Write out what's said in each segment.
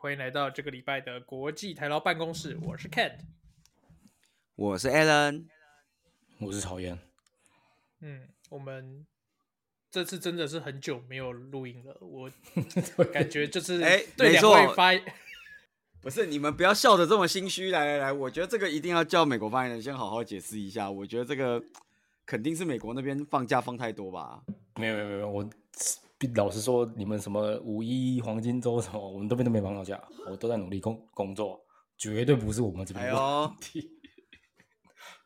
欢迎来到这个礼拜的国际台劳办公室，我是 Cat。我是 Alan，我是曹岩，嗯，我们这次真的是很久没有录音了，我 感觉就是哎对没两错位发言，不是你们不要笑得这么心虚。来来来，我觉得这个一定要叫美国发言人先好好解释一下。我觉得这个肯定是美国那边放假放太多吧？没有没有没有，我老实说，你们什么五一黄金周什么，我们这边都没放到假，我都在努力工工作，绝对不是我们这边哎的问呦，题。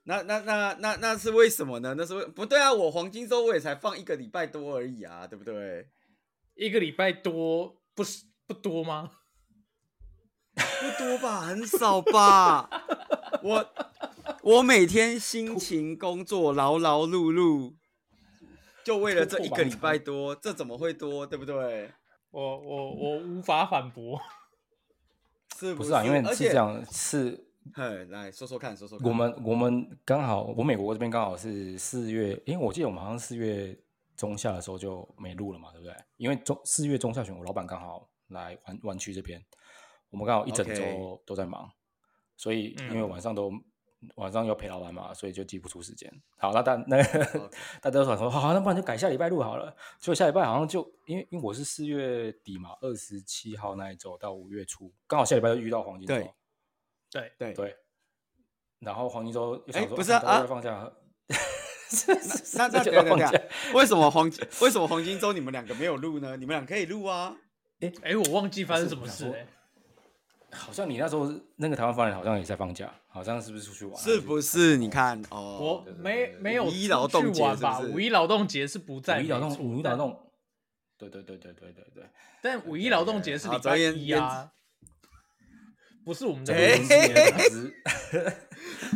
那那那那那是为什么呢？那是为不对啊！我黄金周我也才放一个礼拜多而已啊，对不对？一个礼拜多不是不多吗？不多吧，很少吧？ 我我每天辛勤工作，劳劳碌碌，就为了这一个礼拜多，这怎么会多？对不对？我我我无法反驳。是不是是啊，因为而是且这样，是嘿，来说说看，说说看。我们我们刚好，我美国这边刚好是四月，因为我记得我们好像四月中下的时候就没录了嘛，对不对？因为中四月中下旬，我老板刚好来湾湾区这边，我们刚好一整 OK 周都在忙所以因为嗯晚上都、晚上要陪老板嘛，所以就挤不出时间。好，那大那个 OK 大家都想说，好、那不然就改下礼拜录好了。结果下礼拜好像就因为因为我是四月底嘛，二十七号那一周到五月初，刚好下礼拜就遇到黄金周。对对，对，对，然后黄金周又想哎说，不是啊大家都啊在放假， 那那啊就等一下要等一放下假。为什么黄金为什么黄金周你们两个没有录呢？你们俩可以录啊。哎，我忘记发生什么事不是我哎、想好像你那时候那个台湾方人好像也在放假，好像是不是出去玩？啊是不是？你看哦我，没没有五一劳动节出去玩吧？是不是五一劳动节是不在五一劳没错动，五一劳但动。对对对对对对 对，但五一劳动节是礼好拜昨天一啊，不是我们的啊五总而一言哎之，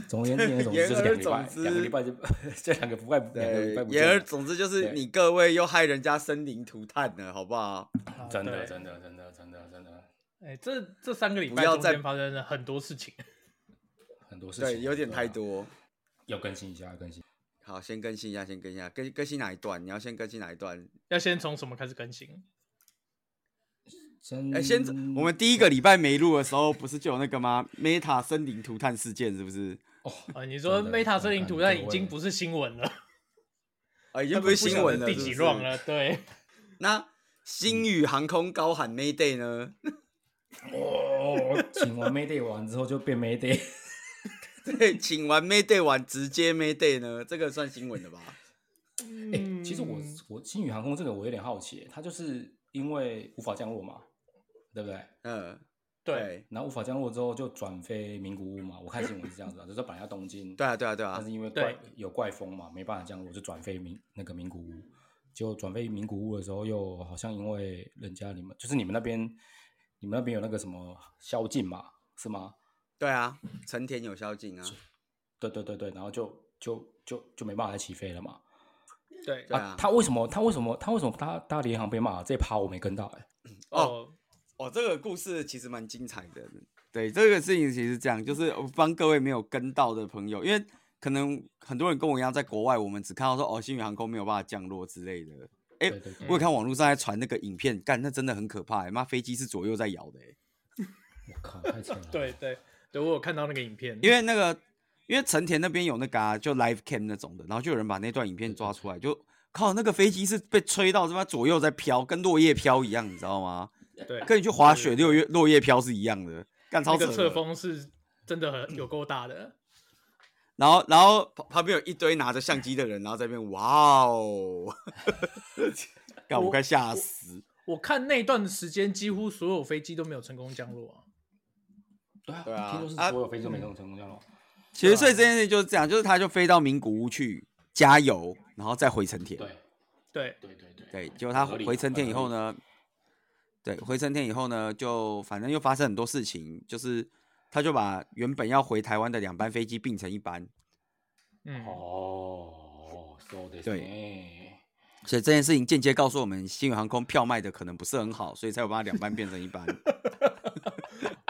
总而言之，总而言之就言而总，之是两个礼拜两个礼拜就 这两个不拜两个礼对，拜不言而见，总之就是对你各位又害人家生灵涂炭了，好不好？啊真的对真的真的真的真的哎，这这三个礼不拜要中再间发生了很多事情。 很多事情对，有点啊太，多。要更新一下，要更新。好，先更新一下，先更新一下，更更新哪一段？你要先更新哪一段？要先从什么开始更新？先哎，先嗯我们第一个礼拜没录的时候，不是就有那个吗？Meta 森林涂炭事件是不是？啊，你说真的 Meta 森林图案很已多经位不是新闻了，啊，已它经不是新闻了，第是几不是 round 了？ 对，那星宇航空高喊 Mayday 呢？哦，请完 Mayday 完之后就变 Mayday。对，请完 Mayday 完直接 Mayday 呢？这个算新闻了吧？哎、其实我嗯嗯我星宇航空这个我有点好奇，它就是因为无法降落嘛，对不对？嗯，对，然后无法降落之后就转飞名古屋嘛，我看新闻是这样子的，就是本来要东京，对啊，对啊，对啊但是，因为怪有怪风嘛，没办法降落，就转飞名那个名古屋。就转飞名古屋的时候，又好像因为人家你们就是你们那边，你们那边有那个什么宵禁嘛，是吗？对啊，成田有宵禁啊，对对对对，然后就就就就没办法再起飞了嘛。对哦对啊他为什么他为什么他为什么搭搭联航被骂？这一趴我没跟到哎、哦，哦，这个故事其实蛮精彩的。对，这个事情其实是这样，就是我帮各位没有跟到的朋友，因为可能很多人跟我一样，在国外我们只看到说哦，星宇航空没有办法降落之类的。哎对对对我有看网络上在传那个影片，干那真的很可怕、欸，妈飞机是左右在摇的、欸，我靠，太扯了！ 对对对，我有看到那个影片，因为那个，因为成田那边有那个、啊、就 live cam 那种的，然后就有人把那段影片抓出来，就靠那个飞机是被吹到他妈左右在飘，跟落叶飘一样，你知道吗？对跟你去滑雪六月落叶飘是一样的，干超那扯个的。嗯侧风是真的很有够大的，然后然后旁旁边有一堆拿着相机的人，然后在那边 哇哦，干我快吓死！我看那段时间几乎所有飞机都没有成功降落啊。对啊，对啊听说是啊所有非洲美容成功降落，其实所以啊这件事情就是这样，就是他就飞到名古屋去加油，然后再回成田。对对，对对对，对，结果他合理回成天以后很呢，对，回成天以后呢，就反正又发生很多事情，就是他就把原本要回台湾的两班飞机并成一班，嗯，哦，そうです对ね。所以这件事情间接告诉我们，新宇航空票卖的可能不是很好，所以才有把它两班变成一班。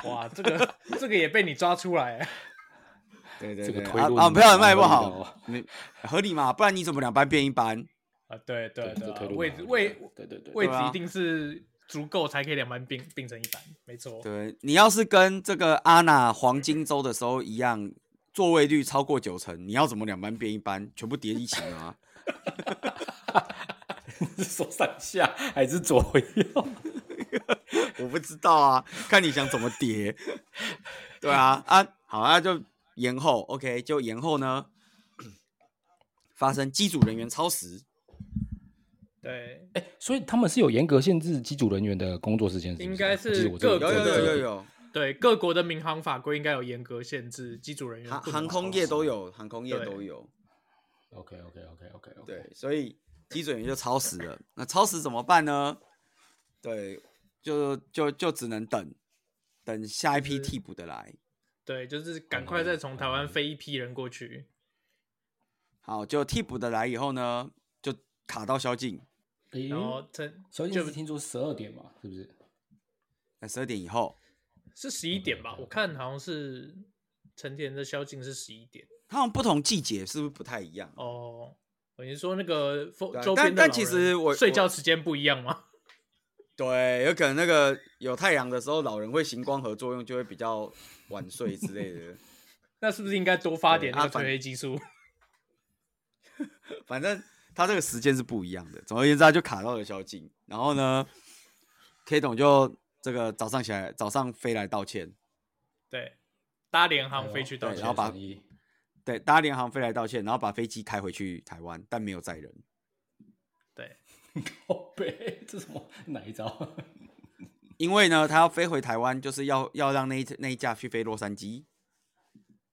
哇，这个 这个也被你抓出来欸，对对 这对个，推啊论啊，蛮票也卖合不理的好哦，没合理嘛？不然你怎么两班变一班？啊，对对这对，推论位置蛮合理的位对对对，位置对啊一定是足够才可以两班并并成一班，没错。对你要是跟这个阿娜黄金周的时候一样，座位率超过九成，你要怎么两班变一班，全部叠一起吗？是手上下还是左右？我不知道啊，看你想怎么叠。对啊，啊，好啊，就延后，OK，就延后呢，发生机组人员超时，对， 哎、所以他们是有严格限制机组人员的工作时间是不应该是是其实我这个各有国有的有有有，对，各国的民航法规应该有严格限制机组人员航不航能空超业时都有，航空业对都有， OK OK OK OK OK，对，所以机组人员就超时了。那超时怎么办呢？对，就就就只能等，等下一嗯批替补的来。对，就是赶快再从台湾飞一批人过去。好，就替补的来以后呢，就卡到宵禁，嗯诶然后趁小姐是听说十二点嘛，是不是？在十二点以后，是十一点吧？嗯我看好像是成田的宵禁是十一点他们不同季节是不是不太一样？哦。你是说那个风对啊周但边的但老其人实我睡我觉时间不一样吗？ 对，有可能那个有太阳的时候，老人会行光合作用，就会比较晚睡之类的。那是不是应该多发对点那啊个褪反黑激素？反正他这个时间是不一样的。总而言之，他就卡到了宵禁。然后呢，K 董就这个早上起来，早上飞来道歉， 对，搭联航飞去到道对啊歉然后把对，搭联航飞来道歉，然后把飞机开回去台湾，但没有载人。对， 宝贝，哦这什么哪一 招？因为呢，他要飞回台湾，就是要要让那一那一架去飞洛杉矶。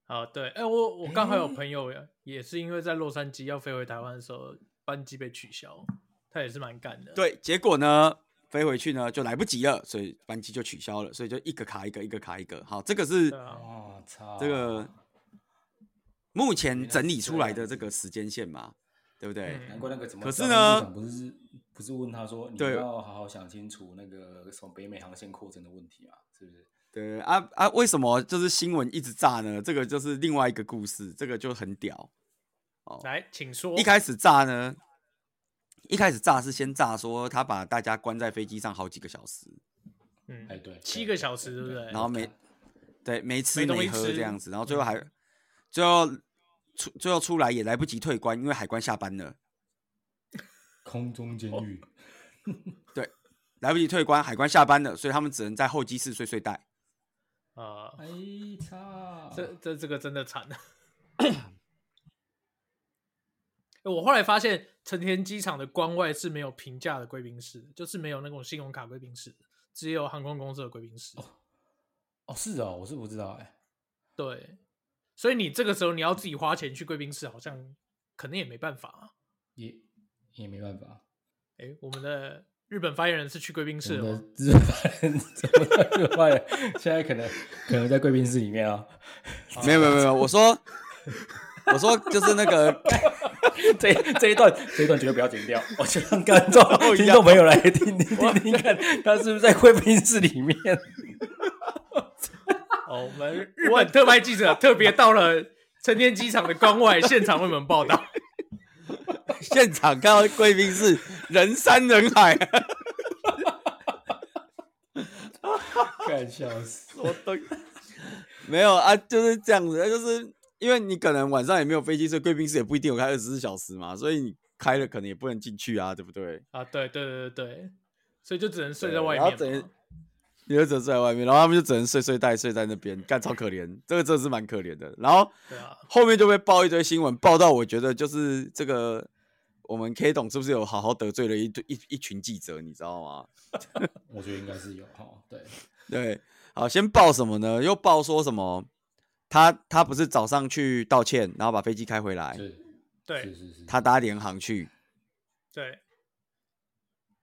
啊对，哎、我我刚好有朋友也是因为在洛杉矶要飞回台湾的时候，班机被取消，他也是蛮干的。对，结果呢，飞回去呢就来不及了，所以班机就取消了，所以就一个卡一个，一个卡一个。好，这个是对啊，我操，这个目前原来整理是这出来样的这个时间线嘛，对不对？嗯难怪那个怎么？可是呢，不是不是问他说你对要好好想清楚那个从北美航线扩增的问题嘛，是不是？对啊啊，为什么就是新闻一直炸呢？这个就是另外一个故事，这个就很屌。来，请说。一开始炸呢，一开始炸是先炸说他把大家关在飞机上好几个小时，嗯哎，，对，七对个小时对不对然后没对没吃没东没西喝吃嗯这样子，然后最后还、最后出最后出来也来不及退关，因为海关下班了，空中监狱，来不及退关，海关下班了，所以他们只能在候机室睡睡袋。啊、哎操，这这这个真的惨了。 欸我后来发现，成田机场的关外是没有平价的贵宾室的，就是没有那种信用卡贵宾室，只有航空公司的贵宾室。哦是哦，我是不知道哎，对，所以你这个时候你要自己花钱去贵宾室，好像可能也没办法、啊。也也没办法，哎、我们的日本发言人是去贵宾室哦我的们吗？的日本人怎么在日本人？ 现在可能可能在贵宾室里面啊，哦没有没有没有，我说 我说就是那个 这这一段这一段绝对不要剪掉， 哦我就让观 众听众朋友来听听 听听看，他是不是在贵宾室里面？哦，我们日本特派记者特别到了成田机场的关外现场为我们报 道。现场看到贵宾室人山人海， 干笑死！我都没有啊，就是这样子，就是因为你可能晚上也没有飞机，所以贵宾室也不一定有开二十四小时嘛，所以你开了可能也不能进去啊，对不对？啊，对对对对，所以就只能睡在对外然后等面于嘛。你就只能睡在外面，然后他们就只能睡睡袋睡在那边，干超可怜，这个真的是蛮可怜的。然后对啊，后面就被爆一堆新闻，爆到我觉得就是这个我们 K 董是不是有好好得罪了一堆一一群记者，你知道吗？我觉得应该是有哈，对，对，好，先报什么呢？又报说什么？他他不是早上去道歉，然后把飞机开回来，是，是对是是，他搭联航去，对，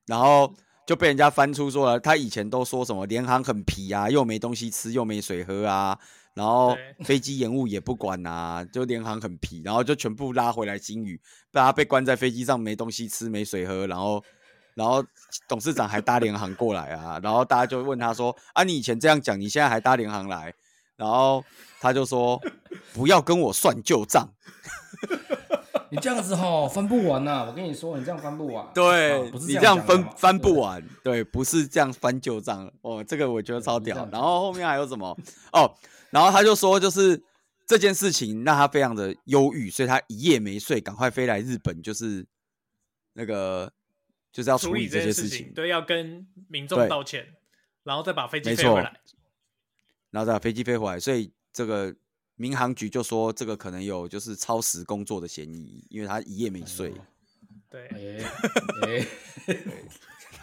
然后就被人家翻出说了，他以前都说什么联航很皮啊，又没东西吃，又没水喝啊，然后对飞机延误也不管啊，就联航很皮，然后就全部拉回来新宇，大家被关在飞机上，没东西吃，没水喝，然后。然后董事长还搭联航过来啊，然后大家就问他说：“啊，你以前这样讲，你现在还搭联航来？”然后他就说：“不要跟我算旧账。”你这样子哈翻不完呐、我跟你说，你这样翻不完。对啊不是你这这样样翻讲的嘛翻对不完，对，不是这样翻旧账了哦，这个我觉得超不是这屌。样然讲后后面还有什么？哦，然后他就说，就是这件事情让他非常的忧郁，所以他一夜没睡，赶快飞来日本，就是那个就是要处处理理这这些件事事情情，，对，要跟民众对道歉，然后再把飞机没飞错回来。然后再把飞机飞回来，所以这个民航局就说这个可能有就是超时工作的嫌疑，因为他一夜没睡，对，哎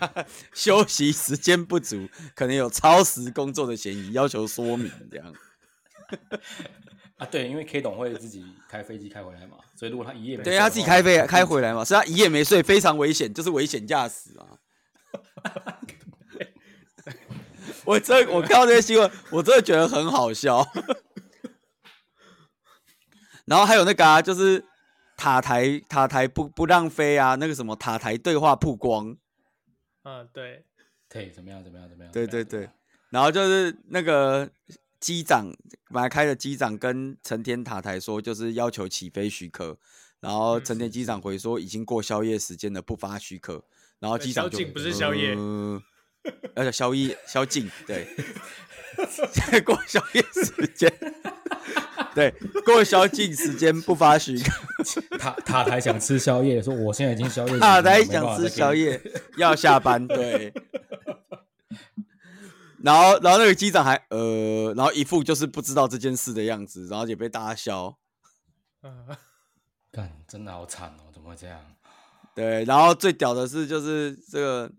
哎，休息时间不足，可能有超时工作的嫌疑，要求说明这样。啊，对，因为 K 董会自己开飞机开回来嘛，所以如果他一夜没哦对啊他睡的自己话开飞开回来嘛，所以他一夜没睡，非常危险，就是危险驾驶啊。我真我看到这些新闻，我真的觉得很好笑。 然后还有那个啊，就是塔台塔台不不让飞啊，那个什么塔台对话曝光，嗯，对，对怎么样怎么样怎么样？对对怎么对啊样，然后就是那个机长，本来开的机长跟成田塔台说，就是要求起飞许可，然后嗯成田机长回说已经过宵夜时间了，不发许可，然后对机长宵就禁不是宵夜 嗯而且宵夜宵禁，对， 过宵夜时间， 对，过宵禁时间不发许可，塔塔台想吃宵夜，说我现在已经宵夜时间了，塔台没办想法吃再给宵你，夜，要下班，对。 然后，然后那个机长还呃，然后一副就是不知道这件事的样子，然后也被大家笑。嗯，干真的好惨哦，怎么会这样？对，然后最屌的是就是这个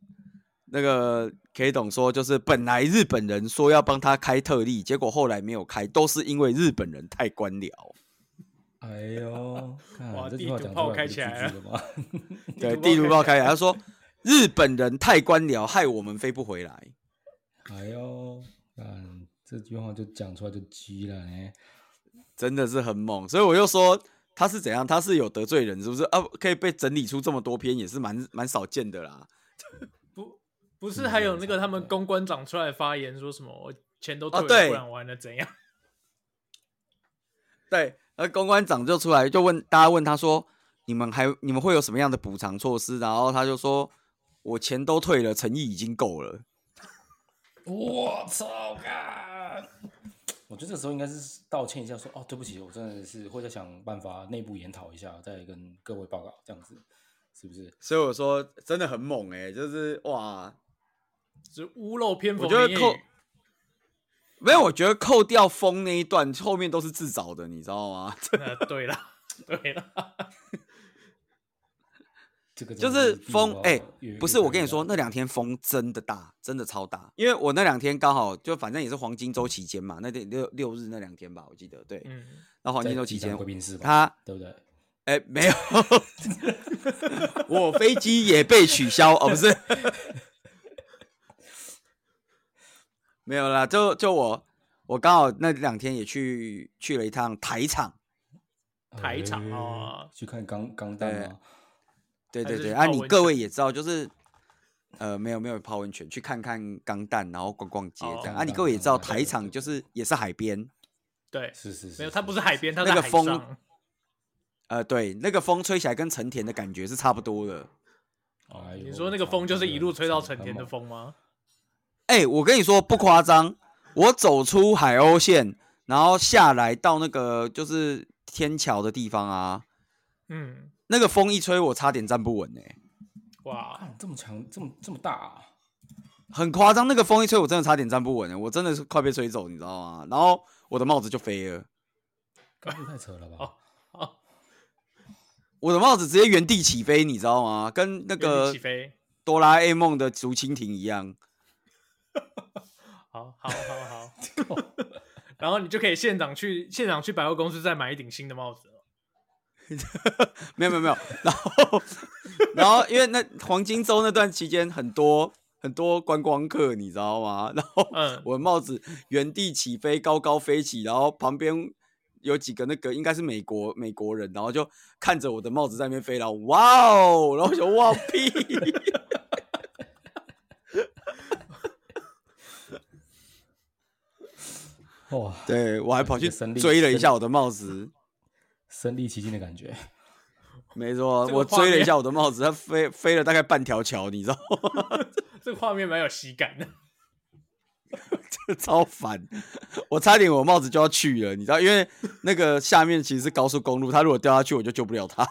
那个 K 董说，就是本来日本人说要帮他开特例，结果后来没有开，都是因为日本人太官僚。哎呦，看哇这句地话图讲炮出开来不起是来自己的吗？ 对，报地图报开开来，他说日本人太官僚，害我们飞不回来。哎呦，看这句话就讲出来就鸡了呢。真的是很猛，所以我就说他是怎样，他是有得罪人是不是？啊，可以被整理出这么多篇，也是蛮蛮少见的啦。不嗯不是还有那个他们公关长出来发言说什么我钱都退哦对了，不然我还能怎样？对，而公关长就出来就问大家问他说，你们还你们会有什么样的补偿措施？然后他就说，我钱都退了，诚意已经够了。我操！干！我觉得这时候应该是道歉一下说哦，对不起，我真的是会再想办法内部研讨一下，再跟各位报告，这样子是不是？所以我说真的很猛哎、就是哇，只屋漏偏我逢觉得连夜扣雨，没有，我觉得扣掉风那一段后面都是自找的，你知道吗？ 呃对了，对了，这个就真的是地风瓜哎、越不越是我看跟越你说，大那两天风真的大，真的超大。因为我那两天刚好就反正也是黄金周期间嘛，那天六六日那两天吧，我记得对。嗯，那黄在金周机期场间，贵宾室吧，他对不对？哎、没有，我飞机也被取消哦，不是，没有啦，就就我我刚好那两天也去去了一趟台场，台场哎哦去看钢钢弹啊，对还对是去对，啊，泡你温各泉位也知道，就是呃，没有没有泡温泉，去看看钢弹，然后逛逛街这样。哦啊，你各位也知道，对台场就是也是海边，对，是是是，没有，它是不是海边，它那在个海风上，呃，对，那个风吹起来跟成田的感觉是差不多的。哎呦你说那个风就是一路吹到成田的，真风吗？哎、我跟你说不夸张，我走出海鸥线，然后下来到那个就是天桥的地方啊，嗯，那个风一吹，我差点站不稳哎、的很哇，猛啊这么强，这么这么大啊，很夸张，那个风一吹，我真的差点站不稳、欸，我真的是快被吹走，你知道吗？然后我的帽子就飞了，干这太扯了吧？哦，我的帽子直接原地起飞，你知道吗？跟那那个起飞，哆啦 A 梦的竹蜻蜓一样。好好好好， 然后你就可以现场去现场去百货公司再买一顶新的帽子了。没有没有没有，然后然后因为那黄金周那段期间很多很多观光客，你知道吗？ 然后嗯我的帽子原地起飞，高高飞起，然后旁边有几个那个应该是美国美国人，然后就看着我的帽子在那边飞，然后哇哦，然后我就哇屁， 哦哇，对我还跑这去个身历追了一身下我的帽子。身临其境的感觉。没错，这个我画追了一面下我的帽子，它飞飞了大概半条桥，你知道 吗？这个画面蛮有喜感的。超烦！我差点我帽子就要去了，你知道，因为那个下面其实是高速公路，它如果掉下去，我就救不了它。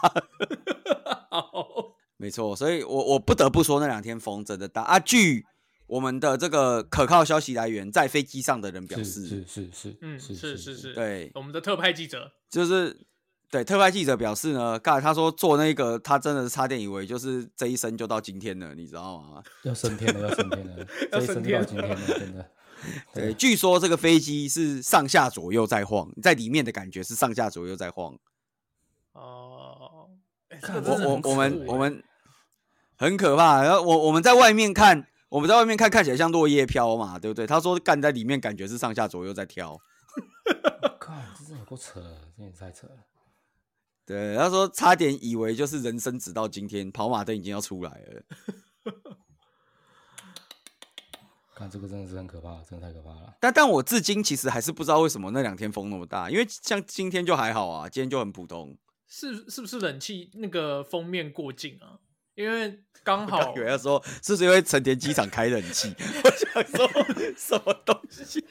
好，没错，所以我我不得不说那两天风真的大啊！据我们的这个可靠消息来源，在飞机上的人表是示，是是是，嗯，是是是是，对我们的特派记者，就是对特派记者表示呢，干他说做那个，他真的是差点以为就是这一生就到今天了，你知道吗？要升天了，要升天了， 要这一升生就天到今天了，真的。对，据说这个飞机是上下左右在晃，在里面的感觉是上下左右在晃。哦，哎看我真的我我很扯们欸我们很可怕。然后我我们在外面看，我们在外面看看起来像落叶飘嘛，对不对？他说干在里面感觉是上下左右在跳。靠，这真的有够扯的，真的太扯了。对，他说差点以为就是人生直到今天，跑马灯已经要出来了。看这个真的是很可怕，真的太可怕了。但但我至今其实还是不知道为什么那两天风那么大，因为像今天就还好啊，今天就很普通。是是不是冷气那个封面过境啊？因为刚好有人说是不是因为成田机场开冷气？我想说什么 东西？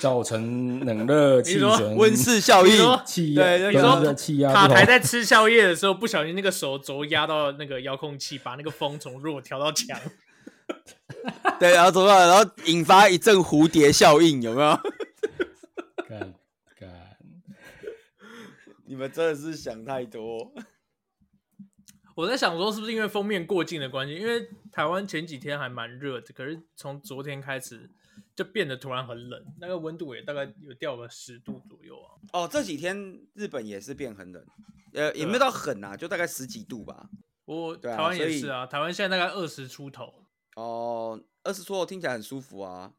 造成 冷热气说旋、温室效你应说气对压、你说温热气压卡不台同。在吃宵夜的时候，不小心那个手肘压到那个遥控器，把那个风从弱调到强。 对，然后怎么办？然后引发一阵蝴蝶效应，有没有？干干， 啊你们真的是想太多。 我在想说，是不是因为封面过境的关系？因为台湾前几天还蛮热的，可是从昨天开始就变得突然很冷，那个温度也大概有掉个十度左右啊。哦，这几天日本也是变很冷，呃，也对啊没有到很啊，就大概十几度吧。我对啊台湾也所以是啊，台湾现在大概二十出头，哦，二十出头听起来很舒服啊。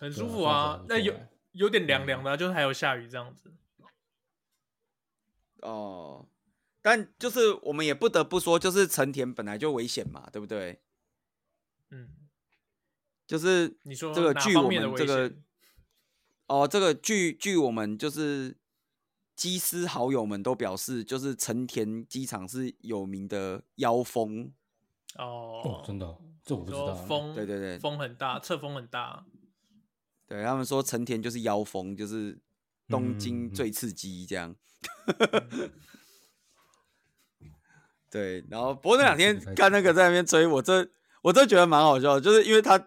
很对舒啊服啊。那算起有来不错啊有点凉凉的啊、就是还有下雨这样子。哦，但就是我们也不得不说，就是成田本来就危险嘛，对不对？嗯，就是你说这个哪据方我面的们危这个险哦，这个据据我们就是机师好友们都表示，就是成田机场是有名的妖风。哦哦，，真的哦，这我不知说道。风对对对风很大，侧风很大。对他们说，成田就是妖风，就是东嗯嗯京嗯最刺激这样。嗯对，然后不过那两天嗯这个太看那个在那边追，我这我真的觉得蛮好笑的，就是因为他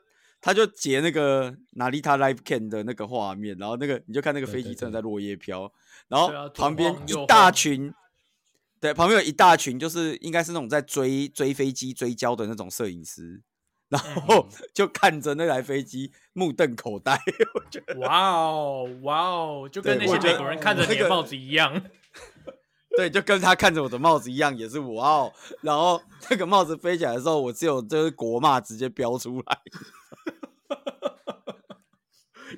他就截那个哪里他 live can 的那个画面，然后那个你就看那个对飞机对对真的在落叶飘，然后对啊左旁边晃一右大晃群，对，旁边有一大群，就是应该是那种在追追飞机追焦的那种摄影师，然嗯后就看着那台飞机目瞪口呆， 我觉得。哇哦，哇哦，就跟那对些我觉美得国人看着你那的个帽子一 样。对，就跟他看着我的帽子一样，也是我哦。然后那个帽子飞起来的时候，我只有就是国骂直接飙出来，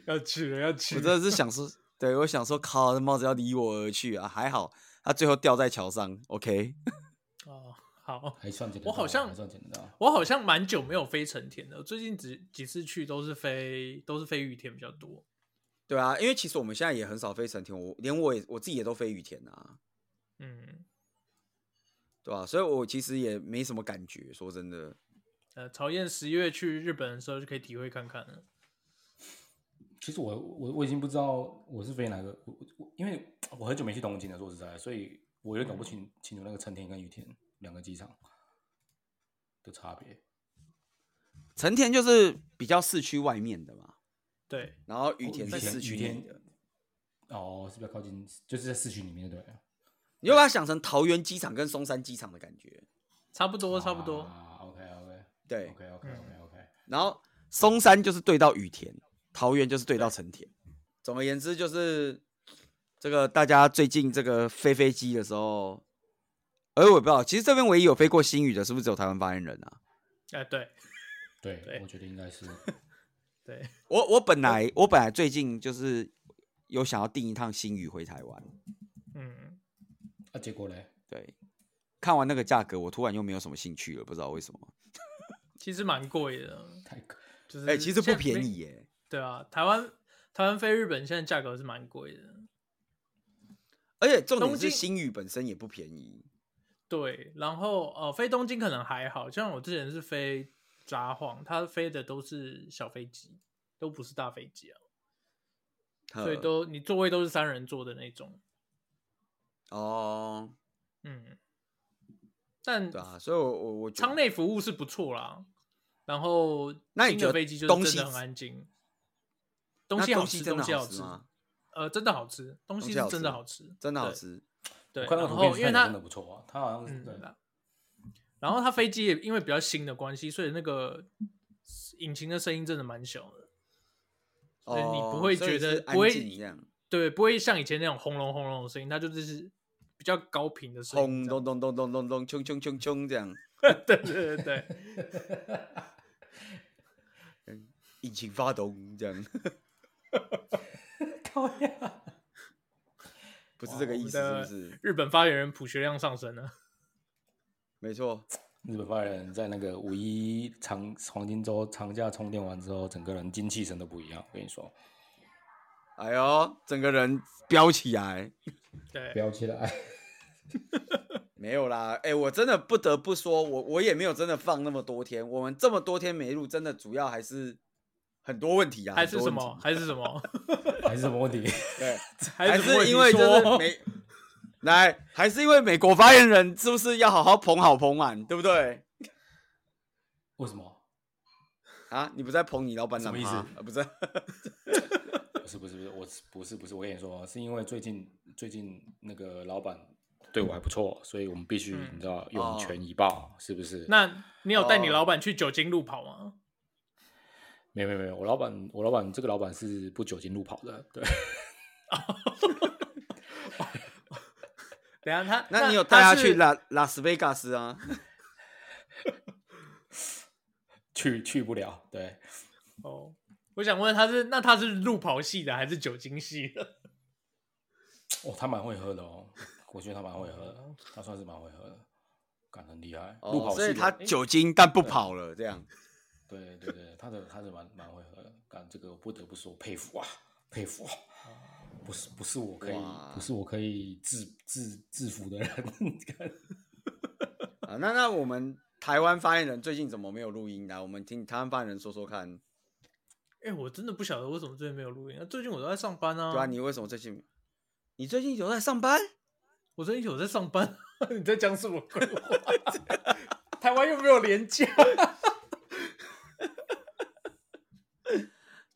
要去了，要去我真了。的是想说，对我想说，靠，那帽子要离我而去啊！还好他最后掉在桥上，OK。哦，好，还算捡得我到，好像还算啊捡得到。我好像蛮久没有飞成田的，我最近几几次去都是飞都是飞雨天比较多。 对啊，因为其实我们现在也很少飞成田，我连我也我自己也都飞雨田啊，嗯，对吧、所以我其实也没什么感觉，说真的。呃，曹燕十一月去日本的时候就可以体会看看了。其实我我我已经不知道我是飞哪个，我我因为我很久没去东京了，说实在，所以我有点搞不清清楚那个成田跟羽田两个机场的差别。成田就是比较市区外面的嘛，对，然后哦雨田是市羽区内田的，哦，是比较靠近，就是在市区里面对不对了。你就把它想成桃园机场跟松山机场的感觉。差不多，差不多。嗯啊，OK OK 对 OK OK OK OK。然后松山就是对到羽田，桃园就是对到成田。总而言之，就是这个大家最近这个飞飞机的时候，而我也不知道，其实这边唯一有飞过新宇的，是不是只有台湾发言人啊？哎、对对，对我觉得应该是 啊对，我我本来我本来最近就是有想要订一趟新宇回台湾，嗯，啊，结果嘞，对，看完那个价格，我突然又没有什么兴趣了，不知道为什么。其实蛮贵的，太可就是哎、其实不嗯现在便没宜。耶、对啊，台湾台湾飞日本现在价格是蛮贵的。而且重点东是京新宇本身也不便宜，对，然后呃，飞东京可能还好，像我之前是飞札幌，它飞的都是小飞机，都不是大飞机啊，所以呵都你座位都是三人座的那种，哦，嗯，但对啊，所以我我我觉舱得内服务是不错啦，然后那你新觉的得飞机就东是西真的很安静，东那西好东吃，西真的西好好吃，吗？呃，真的好吃，东东西西是好真吃的吗好吃，真的好对吃，对，我看到然图片后是因为它看起来真的不错啊，它好像是嗯对，啦然后它飞机也因为比较新的关系，所以那个引擎的声音真的蛮小的，所以你哦不会所以觉是得安不会静一样，对，不会像以前那种轰隆轰隆的声音，它就只是比较高频的声轰音这样。咚咚咚咚咚咚，冲冲冲冲这样， 对对对对，引擎发动这样，靠呀！不是这个我意们思，是的不是？日本发言人普学亮上升了。没错， 日本发言人在那个五一长黄金周长假充电完之后，整个人精气神都不一样。我跟你说，哎呦，整个人飙起来，对，飙起来！ 没有啦，哎、我真的不得不说，我我也没有真的放那么多天，我们这么多天没录，真的主要还是很多问题啊，还很是多什问么？题？还是什 么？还是什么问题？ 对， 还什么问是题因为就是说美，来，还是因为美国发言人是不是要好好捧好捧满，对不对？为什么？啊，你不在捧你老板什长吗？么意思啊， 不是，不是不是不是，我是不是不是，我跟你说，是因为最近最近那个老板对我还不错，所以我们必须、嗯你知道哦涌泉以报，是不是？那你有带你哦老板去酒精路跑吗？ 没有没有没有，我老板我老板这个老板是不酒精路跑的，对，等一下他，那你有带他去是拉拉斯维加斯 啊？去去不了，对，哦，我想问他是那他是路跑系的还是酒精系的？哦，他蛮会喝的哦，我觉得他蛮会喝的，他算是蛮会喝的，感很厉害，哦路跑所以系的他酒精但不跑了，这样。对对对，他的他是蛮蛮会喝的，干这个我不得不说佩服啊，佩服啊！不是不是我可以哇不是我可以制制制服的人， 干啊，那那我们台湾发言人最近怎么没有录音呢？我们听台湾发言人说说看。嗯哎、我真的不晓得为什么最近没有录音。那啊最近我都在上班啊，对啊，你为什么最近？你最近有在上班？我最近有在上班。啊你在讲什么鬼话？ 台湾又没有廉价。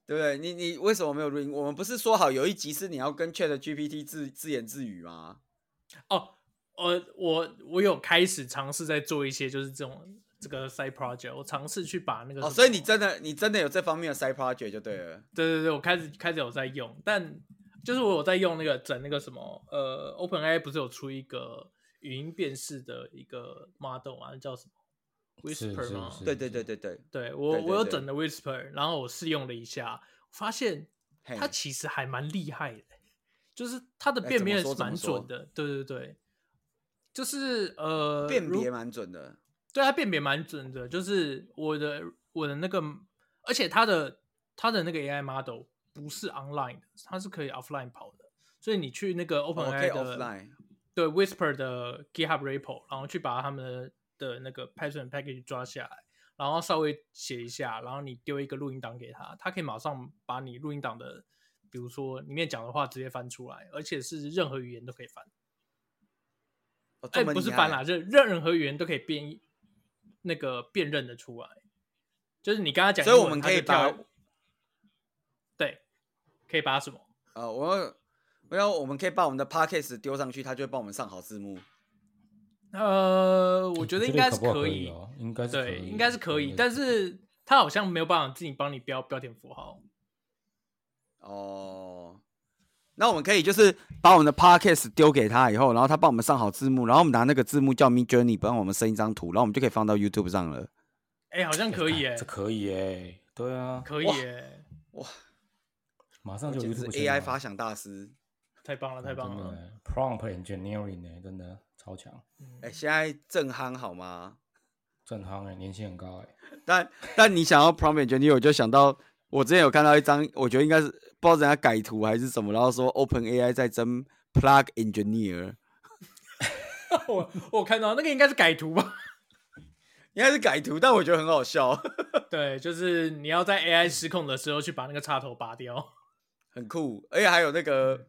对不对？你你为什么没有录音？我们不是说好有一集是你要跟 Chat GPT 自自言自语吗？哦，我我我有开始尝试在做一些就是这种这个 side project，我尝试去把那个哦，什所以么你真的你真的有这方面的 side project 就对了。对对对，我开始开始有在用，但就是我有在用那个整那个什么呃，OpenAI 不是有出一个语音辨识的一个 model 啊，叫什么是 Whisper 是吗？是对对对对对，对我对对我有对整的 Whisper，然后我试用了一下，发现嘿它其实还蛮厉害的，就是它的哎辨怎么别说是怎么蛮说准的。对对对，就是呃，辨如别蛮准的。对它辨别蛮准的，就是我的我的那个，而且它的它的那个 AI model 不是 online 的，它是可以 offline 跑的，所以你去那个哦可以 OpenAI 的、 offline。对 Whisper 的 GitHub repo，然后去把他们的的那个 Python package 抓下来，然后稍微写一下，然后你丢一个录音档给他，他可以马上把你录音档的，比如说里面讲的话直接翻出来，而且是任何语言都可以翻。哦，哎、这么不是厉翻害啦，任任任何语言都可以辨那个辨认的出来。就是你刚刚讲英所文，以我们可以它就把跳对，可以把什么？呃，我要我要我们可以把我们的 podcast 丢上去，他就会帮我们上好字幕。呃，我觉得应该是搞不好可以，哦，应该是可对，以应该是可以，应该但是它好像没有办法自己帮你标标点符号。哦，那我们可以就是把我们的 podcast 丢给他以后，然后他帮我们上好字幕，然后我们拿那个字幕叫 Me Journey 帮我们生一张图，然后我们就可以放到 YouTube 上了。哎、好像可以耶、这可以哎，对啊，可以耶、马上啊我就简直是 YouTube AI 发想大师。太棒了，太棒了！了，Prompt Engineering 呢，真的超强，哎、现在正夯好吗？正夯哎，年薪很高哎，但但你想要 prompt engineer，我就想到我之前有看到一张，我觉得应该是不知道人家改图还是什么，然后说 Open AI 在争 plug engineer， 我欸我看到那个应该是改图吧？ 应该是改图，但我觉得很好笑，对，就是你要在 AI 失控的时候去把那个插头拔掉。很酷。而且还有那嗯个，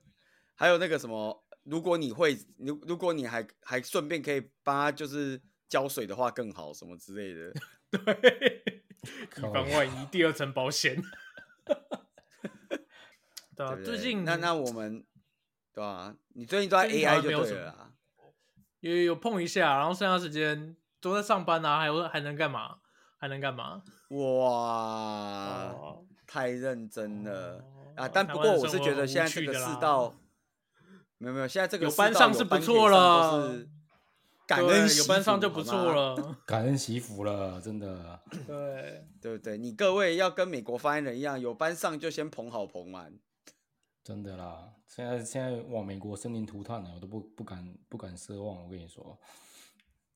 还有那个什么，如果你会，如如果你还还顺便可以帮他就是浇水的话更好，什么之类的。对，以防万一，第二层保险。 对啊，对不最对近那那我们对啊，你最近都在最近好 AI 像就没有对什么了啦。有有碰一下，然后剩下时间都在上班啊，还有还能干嘛？还能干嘛？哇，哦太认啊真了、啊！哦但台不湾过的我生是活觉很得无现在趣这个的世啦道，没有没有，现在这个有世班道上有是不班可以错上都了 是感对恩有惜班上福就不好错吗 了。感恩惜福了，真的。对，对不对？你各位要跟美国发言人一样，有班上就先捧好捧满。真的啦，现在现在往美国生灵涂炭了，我都不不敢不敢奢望。我跟你说，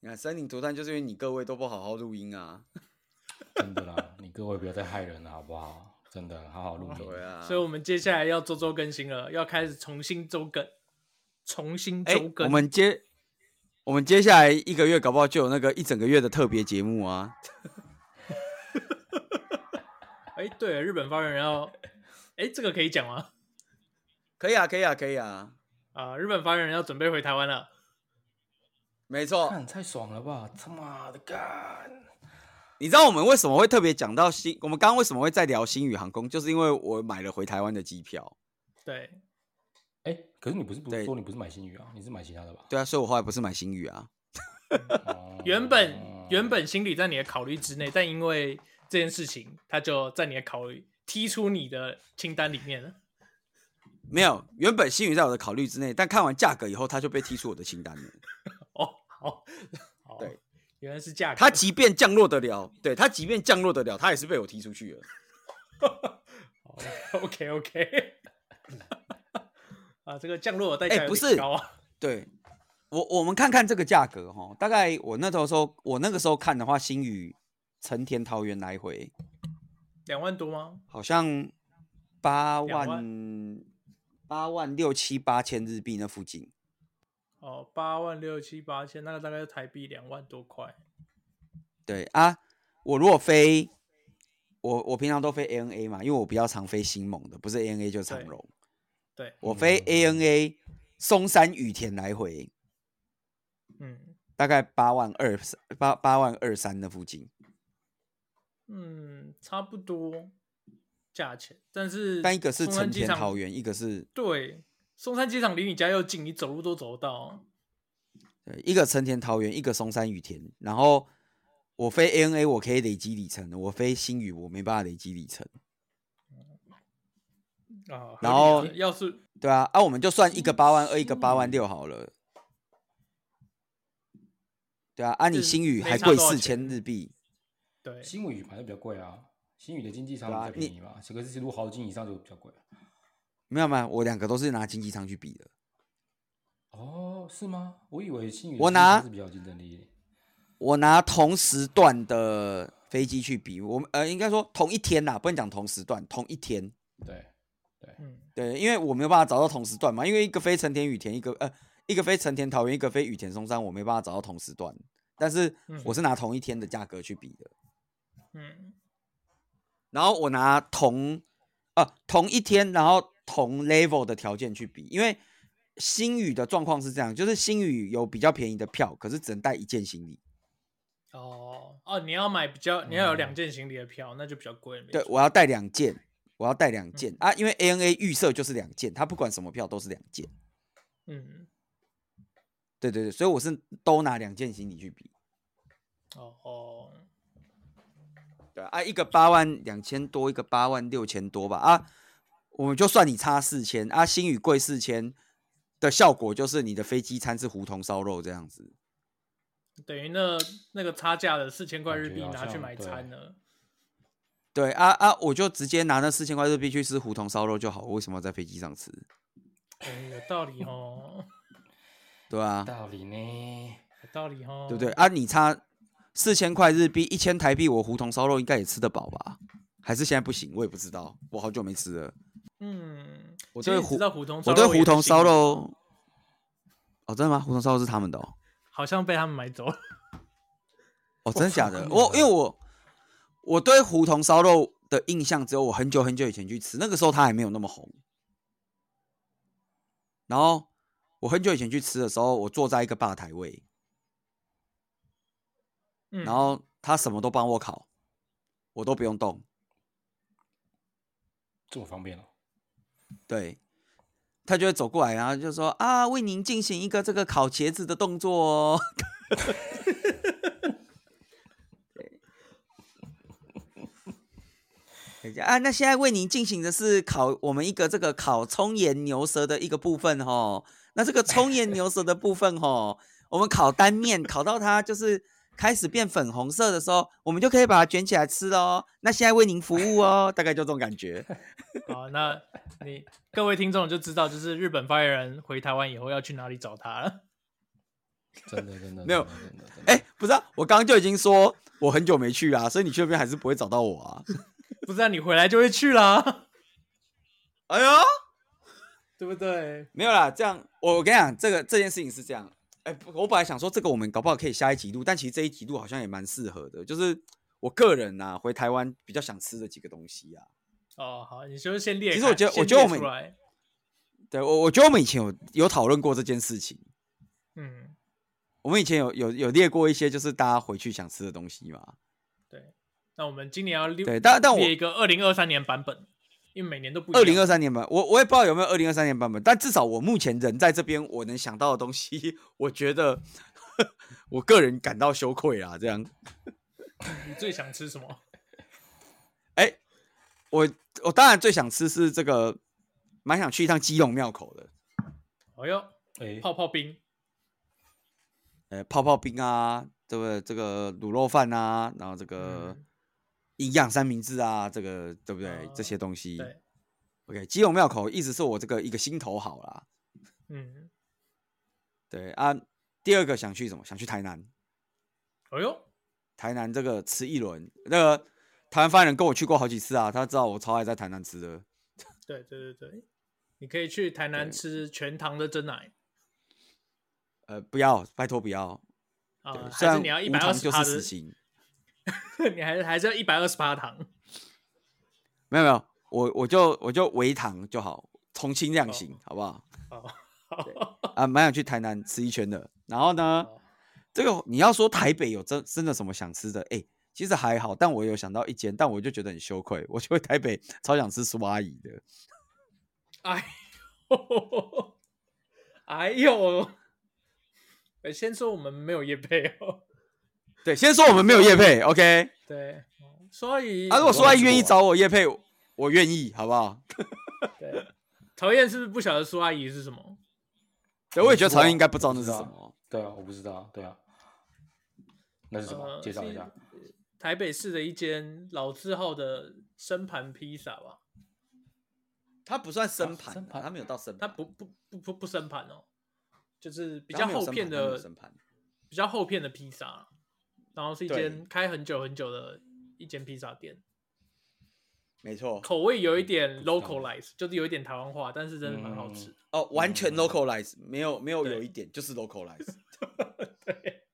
你看森林啊涂炭，就是因为你各位都不好好录音啊。真的啦，你各位不要再害人了，好不好？真的，好好录音。对啊，所以我们接下来要周周更新了，要开始重新周更，重新哎、周更。我们接我们接下来一个月，搞不好就有那个一整个月的特别节目啊。哎，对，日本发言人要，哎，这个可以讲吗？可以啊，可以啊，可以啊，啊、日本发言人要准备回台湾了。没错。看太爽了吧！他妈的干！你知道我们为什么会特别讲到新？我们刚刚为什么会在聊星宇航空？就是因为我买了回台湾的机票。对，哎、可是你不是不对说你不是买新宇啊？你是买其他的吧？对啊，所以我后来不是买星宇啊。哦原本原本心里在你的考虑之内，但因为这件事情，他就在你的考虑踢出你的清单里面了。没有，原本星宇在我的考虑之内，但看完价格以后，他就被踢出我的清单了。哦，好，好，对，原来是价格。他即便降落得了，对他即便降落得了，他也是被我踢出去了。 OK OK，啊，这个降落的代价哎有不点是高啊，对，我我们看看这个价格哈，大概我那头时候我那个时候看的话，星宇成田桃园来回两万多吗？好像八两万八万六七八千日币那附近。哦，八万六七八千，那个大概是台币两万多块。对啊，我如果飞，我我平常都飞 ANA 嘛，因为我比较常飞新盟的，不是 ANA 就是长对荣。对，我飞 ANA 松山羽田来回，嗯大概八万二八八万二三那附近。嗯，差不多价钱，但是但一个是松成山机田场桃园，一个是对，松山机场离你家又近，你走路都走得到。啊对，一个成田桃园，一个松山羽田。然后我飞 ANA 我可以累积里程，我飞新宇我没办法累积里程。啊，合然理后啊要是对啊，啊我们就算一个八万二，一个八万六好了。对啊，啊你是新宇没还差贵多少四钱千日币，对，哎新宇买的比较贵啊，新宇的经济舱对啊比较便宜嘛，这个是如果豪金以上就比较贵。没有没有，我两个都是拿经济舱去比的。哦，是吗？我以为新宇的我经济舱拿是比较有竞争力。我拿同时段的飞机去比，我们呃应该说同一天啦，不能讲同时段，同一天。对，嗯，对，因为我没有办法找到同时段嘛，因为一个飞成田羽田，一个呃一个飞成田桃园，一个飞羽田松山，我没办法找到同时段。但是嗯我是拿同一天的价格去比的，嗯，然后我拿同呃同一天，然后同 level 的条件去比，因为新宇的状况是这样，就是新宇有比较便宜的票，可是只能带一件行李。哦哦，你要买比较，你要有两件行李的票，那就比较贵。没对，错嗯我要带两件，我要带两件、啊，因为 ANA 预设就是两件，它不管什么票都是两件。嗯，对对对，所以我是都拿两件行李去比。哦哦，对啊，一个八万两千多，一个八万六千多吧啊，我们就算你差四千啊，星宇贵四千的效果就是你的飞机餐是胡同烧肉这样子。等于那那个差价的四千块日币感觉好拿去像买对餐 了。对啊啊，我就直接拿那四千块日币去吃胡同烧肉就好，我为什么要在飞机上吃？哎，有道理哦，对啊，道理呢？有道理哦，对不对？啊？你差四千块日币，一千台币，我胡同烧肉应该也吃得饱吧？还是现在不行？我也不知道，我好久没吃了。嗯，我其对实你胡知道胡同，啊我对胡同烧，肉，哦，真的吗？胡同烧肉是他们的哦。好像被他们买走了。哦，真的假靠的？你我妈因为我我对胡同烧肉的印象只有我很久很久以前去吃，那个时候它还没有那么红。然后我很久以前去吃的时候，我坐在一个吧台位，嗯，然后他什么都帮我烤，我都不用动。这么方便哦。对，他就会走过来，然后就说啊，为您进行一个这个烤茄子的动作哦。 对，啊，那现在为您进行的是烤我们一个这个烤葱盐牛舌的一个部分哦。那这个葱盐牛舌的部分哦，我们烤单面，烤到它就是开始变粉红色的时候，我们就可以把它卷起来吃哦。那现在为您服务哦，大概就这种感觉。好，那你各位听众就知道，就是日本发言人回台湾以后要去哪里找他了。真的真的没有真的真的真的哎、不是啊，我刚刚就已经说我很久没去啦，所以你去那边还是不会找到我啊。不知道你回来就会去啦，哎呦， 对不对？没有啦，这样我我跟你讲，这个这件事情是这样。哎、不我本来想说这个我们搞不好可以下一集录，但其实这一集录好像也蛮适合的，就是我个人呐、回台湾比较想吃的几个东西啊。哦，好，你就先列开。其实我觉得先我觉得列我们出来，对我，我觉得我们以前有有讨论过这件事情，嗯，我们以前有有有列过一些就是大家回去想吃的东西嘛。对。那我们今年要列，对但但我列一个二零二三年版本，因为每年都不一样。二零二三年版，我我也不知道有没有二零二三年版本，但至少我目前人在这边，我能想到的东西， 我觉得我个人感到羞愧啊。这样，你最想吃什么？哎、我我当然最想吃是这个，蛮想去一趟基隆庙口的，哎呦，哎，泡泡冰，呃、泡泡冰啊，对不对？这个卤肉饭啊，然后这个嗯哦营养三明治啊，这个对不对？这些东西。对， OK，基隆庙口一直是我这个一个心头好啦。嗯，对啊，第二个想去什么？想去台南。哎呦，台南这个吃一轮，那个台湾发言人跟我去过好几次啊，他知道我超爱在台南吃的。对对对对，你可以去台南对吃全糖的真奶呃，不要，拜托不要。啊、对，虽还是然你要一无百二糖十就趴是的死，刑。 你还还是要一百二十趴糖。没有没有，我我就我就微糖就好，重新量刑，好不好？哦，啊，蛮想去台南吃一圈的。然后呢，哦这个你要说台北有真真的什么想吃的，哎、其实还好，但我有想到一间，但我就觉得很羞愧，我就会台北超想吃苏阿姨的。 哎呦， 哎呦，呃先说我们没有叶配哦。对，先说我们没有叶配，OK？对，所以啊，如果苏说阿来姨愿意我找我叶配，我愿意，好不好？对讨厌是不是不晓得苏阿姨是什么？对，我也觉得不啊曹知燕应道该不知道不那是知什道么。对啊，我不知道，对啊，那是什么？呃介绍一是下。台北市的一间老字号的生盘披萨吧，它不算生盘啊盘，它它没有到生它盘，不不不不不生盘哦，就是比较后片它没有的生盘。比较厚片的披萨，然后是一对间开很久很久的一间披萨店，没错。口味有一点嗯不知道嗯 localize，就是有一点台湾化，但是真的蛮好吃。哦，完全 localize，没有没有嗯对有一点就是 localize。对，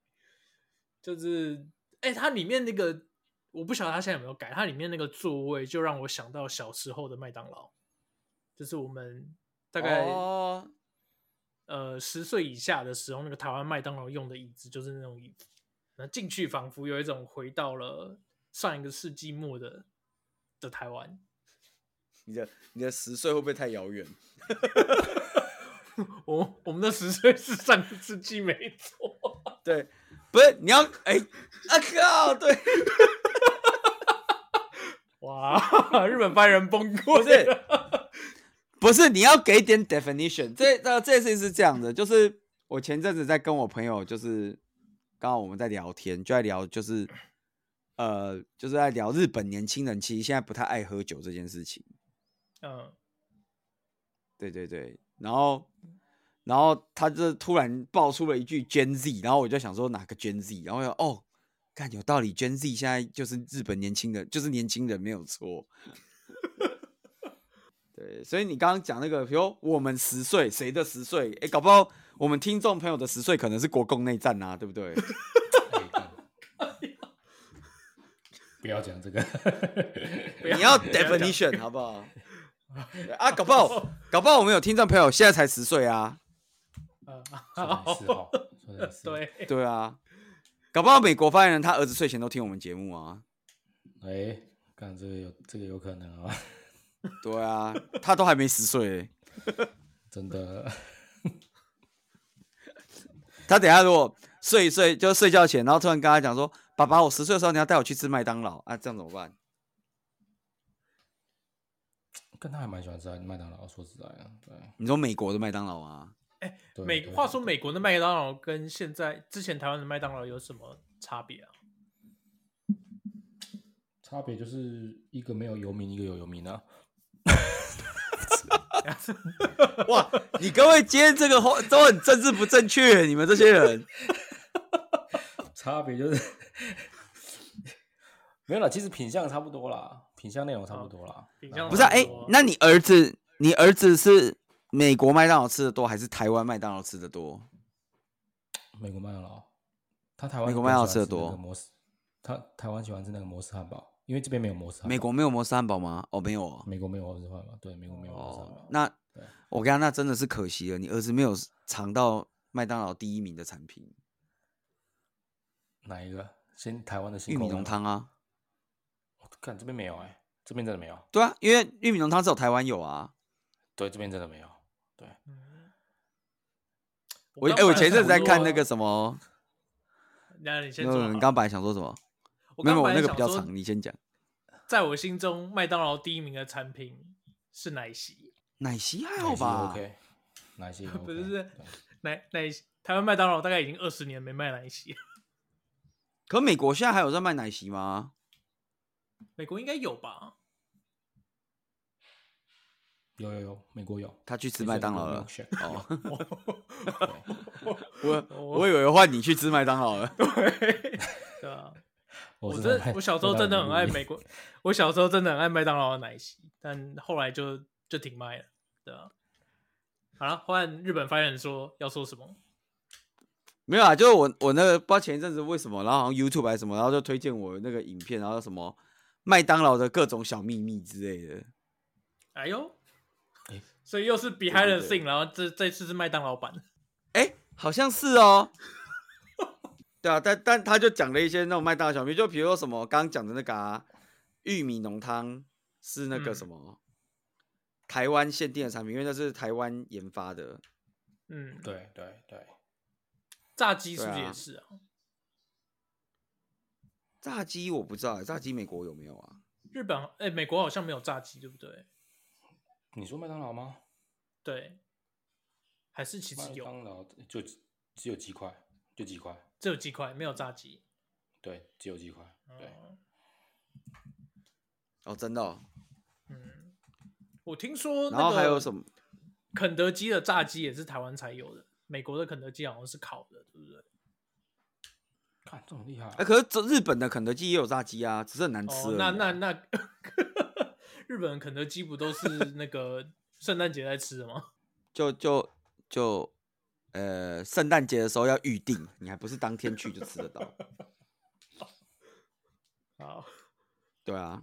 就是哎、它里面那个我不晓得它现在有没有改，它里面那个座位就让我想到小时候的麦当劳，就是我们 大概、哦，呃十岁以下的时候，那个台湾麦当劳用的椅子就是那种椅子，那进去仿佛有一种回到了上一个世纪末的的台湾。你的你的十岁会不会太遥远？ 我我们的十岁是上个世纪没错，对，不是你要哎啊靠，对，哇，日本白人崩溃不是了，不是你要给点 definition 这。这这件事情是这样的，就是我前阵子在跟我朋友，就是刚好我们在聊天，就在聊就是呃，就是在聊日本年轻人其实现在不太爱喝酒这件事情。 嗯，对对对，然后然后他就突然爆出了一句 Gen Z，然后我就想说哪个 Gen Z，然后我就哦，看有道理，Gen Z 现在就是日本年轻人，就是年轻人没有错。 对，所以你刚刚讲那个，比如我们十岁，谁的十岁？哎、搞不好我们听众朋友的十岁可能是国共内战啊，对不对？哎 干不要讲这个，不你要不讲 definition 好不好？对啊，搞不好，搞不好我们有听众朋友现在才十岁啊，呃说的也啊是哈，说的也是，对，对啊，搞不好美国发言人他儿子睡前都听我们节目啊，哎，干这个有这个有可能啊，对啊，他都还没十岁欸、真的，他等一下如果睡一睡，就睡觉前，然后突然跟他讲说：“爸爸，我十岁的时候你要带我去吃麦当劳啊，这样怎么办跟他还蛮喜欢吃啊麦当劳，说实在的，对？”啊你说美国的麦当劳啊？对。美对啊话说美国的麦当劳跟现在之前台湾的麦当劳有什么差别啊？差别就是一个没有游民，一个有游民啊。哇，你各位今天这个话都很政治不正确，你们这些人。差别就是 没有啦，其实品相差不多啦，品相内容差不多啦。品相不是啊，哎、差多那你儿子，你儿子是美国麦当劳吃的多，还是台湾麦当劳吃的多？美国麦当劳，他台湾美国麦当劳吃得的多摩斯，他台湾喜欢吃那个摩斯汉堡，因为这边没有摩斯汉堡。美国没有摩斯汉堡吗？哦，没有哦。美国没有摩斯汉堡，对，美国没有摩斯汉哦堡，。那对我跟他那真的是可惜了，你儿子没有尝到麦当劳第一名的产品哪一个？先台湾的星玉米空浓吗，汤啊。看这边没有哎、这边真的没有，对啊，因为玉米浓汤只有台湾有啊。对，这边真的没有。嗯我哎、刚我本来前阵子在想看说那个，什么，那你先那说个好你了。刚本来想说什么？啊我没刚有，我本来那个想比较说长，你先讲。在我心中，麦当劳第一名的产品是奶昔，奶昔还哪好一些吧？ ？OK，哪一些 OK？不是不是对奶奶台湾麦当劳大概已经二十年没卖奶昔了，可美国现在还有在卖奶昔吗？美国应该有吧？有有有，美国有。他去吃可以麦选当那劳个了 milkshake，。哦， 我我以为换你去吃麦当劳了。 对啊，我我是真很爱我小时候真的很爱美国。国，我小时候真的很爱麦当劳的奶昔，但后来就就停卖了，对啊。好了，换日本发言人说要说什么？没有啊，就是我我那个不知道前一阵子为什么，然后好像 YouTube 还是什么，然后就推荐我那个影片，然后什么麦当劳的各种小秘密之类的。哎呦哎，所以又是 behind the 对对 scene，然后这这次是麦当劳版，哎，好像是哦。 对啊，但但他就讲了一些那种麦当劳小秘密，就比如说什么刚刚讲的那个、啊、玉米浓汤是那个嗯什么、台湾限定的产品，因为那是台湾研发的。嗯，对对对，炸鸡是不是对啊也是啊？炸鸡我不知道，炸鸡美国有没有啊？日本哎、美国好像没有炸鸡，对不对？你说麦当劳吗？对，还是其实麦有，当劳就只只有鸡块，就鸡块，只有鸡块，没有炸鸡。对，只有鸡块，对，哦哦，真的、哦。嗯，我听说然那后个还有什么？肯德基的炸鸡也是台湾才有的，美国的肯德基好像是烤的，对不对？看这么厉害啊哎、，可是这日本的肯德基也有炸鸡啊，只是很难吃而哦已，那啊、那那， 日本肯德基不都是那个圣诞节在吃的 吗？就就就呃，圣诞节的时候要预定，你还不是当天去就吃得到。好，对啊。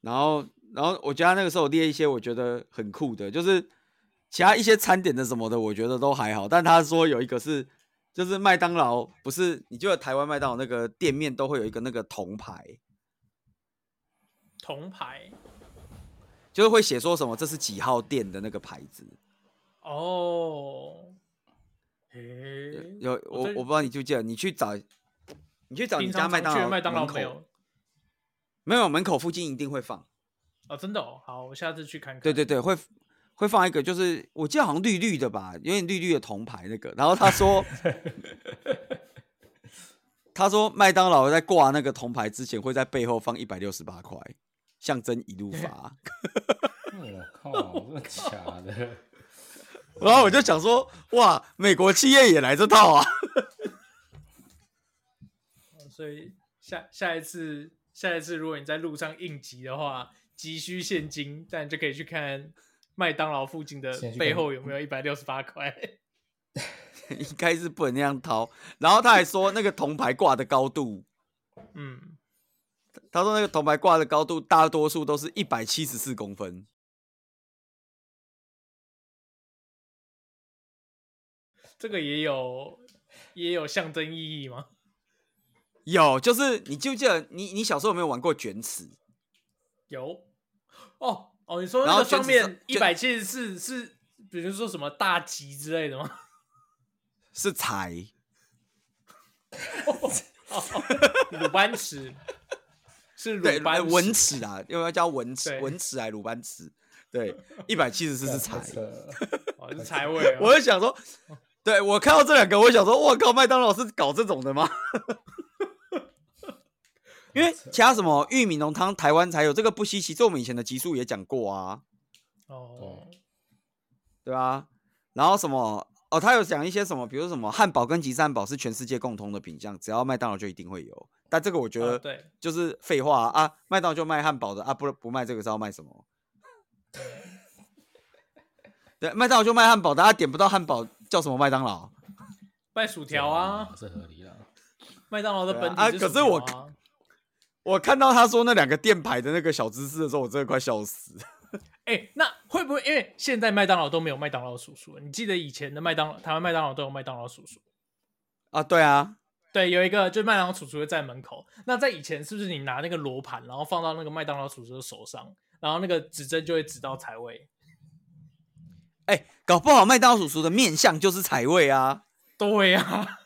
然后，然后我觉得他那个时候列一些我觉得很酷的，就是其他一些餐点的什么的，我觉得都还好。但他说有一个是，就是麦当劳不是，你记得台湾麦当劳那个店面都会有一个那个铜牌，铜牌就是会写说什么这是几号店的那个牌子。哦，诶，有我在我不知道你记不记得，你去找你去找哦你平家常麦常当去劳麦当劳门口没有没有门口附近一定会放，哦，真的哦，好，我下次去看看。对对对，会会放一个，就是我记得好像绿绿的吧，有点绿绿的铜牌那个。然后他说，他说麦当劳在挂那个铜牌之前会在背后放一百六十八块，象征一路发。我 靠，真的假的？然后我就想说，哇，美国企业也来这套啊！ 所以下下一次下一次，如果你在路上应急的话，急需现金，但就可以去看麦当劳附近的先去看背后有没有一百六十八块。 应该是不能那样掏。然后他还说那个铜牌挂的高度，嗯，他说那个铜牌挂的高度大多数都是一百七十四公分。这个也有也有象征意义吗？有，就是你记不记得你你小时候有没有玩过卷尺？有。哦哦，你说然那后个上卷子面一上百七十四是，比如说什么大吉之类的吗？是柴，哦，鲁班尺是对，鲁呃班文尺尺啊，要不要叫文尺对？文尺还是鲁班尺？ 对，一百七十四是太柴。扯了哦，是财位、哦。我就想 说，对我看到这两个，我就想说，我靠，麦当劳是搞这种的吗？ 因为其他什么玉米浓汤，台湾才有，这个不稀奇，这我们以前的集数也讲过啊，哦，对啊。然后什么哦，他有讲一些什么，比如什么汉堡跟吉士汉堡是全世界共通的品相，只要麦当劳就一定会有。但这个我觉啊得对，就是废话啊，啊麦当劳就卖汉堡的啊，不不卖这个是要卖什么？对，麦当劳就卖汉堡的，啊，点不到汉堡叫什么麦当劳？卖薯条啊，，这合理了。麦当劳的本对啊体啊可是薯我条啊我看到他说那两个店牌的那个小知识的时候，我真的快笑死。哎、那会不会因为现在麦当劳都没有麦当劳叔叔了？你记得以前的麦当劳，台湾麦当劳都有麦当劳叔叔，啊，对啊，对，有一个就是麦当劳叔叔会在门口。那在以前是不是你拿那个罗盘，然后放到那个麦当劳叔叔的手上，然后那个指针就会指到财位？哎、搞不好麦当劳叔叔的面相就是财位啊，对呀、 啊，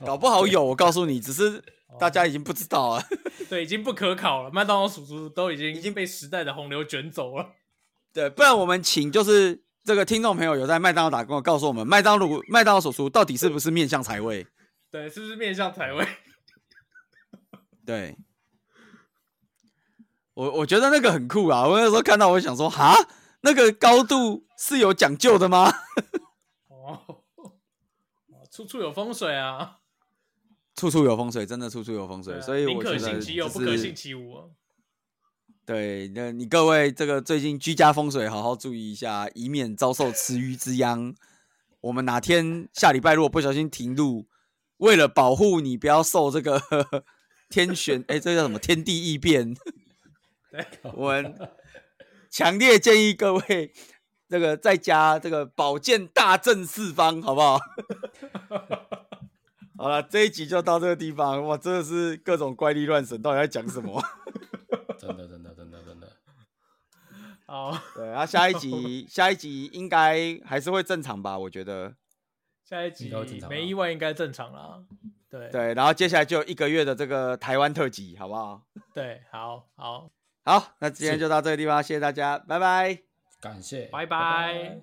哦搞不好有，我告诉你，只是大家已经不知道啊。对，已经不可考了。麦当劳叔叔都已经已已经经被时代的洪流卷走了。对，不然我们请就是这个听众朋友有在麦当劳打工的，告诉我们麦当劳麦当劳叔叔到底是不是面相财位？对，是不是面向财位？ 对，我我觉得那个很酷啊，我那时候看到我想说，哈，那个高度是有讲究的吗？ 哦，哦处处有风水啊！处处有风水，真的处处有风水，对啊所以宁我觉可得信其有，就不可是信其无啊。对，那你各位这个最近居家风水好好注意一下，以免遭受池鱼之殃。我们哪天下礼拜如果不小心停录，为了保护你不要受这个 天选，哎、这叫什么天地异变？对，我们强烈建议各位这个在家这个保健大正四方，好不好？ 好了，这一集就到这个地方。哇，真的是各种怪力乱神，到底在讲什么？真的，真的，真的，真的，好，对，然、后下一集下一集应该还是会正常吧，我觉得。下一应集该会正常啊没意外应该正常啦。对对，然后接下来就有一个月的这个台湾特辑，好不好？对，好好，好，那今天是就到这个地方，谢谢大家，拜拜。感谢，拜拜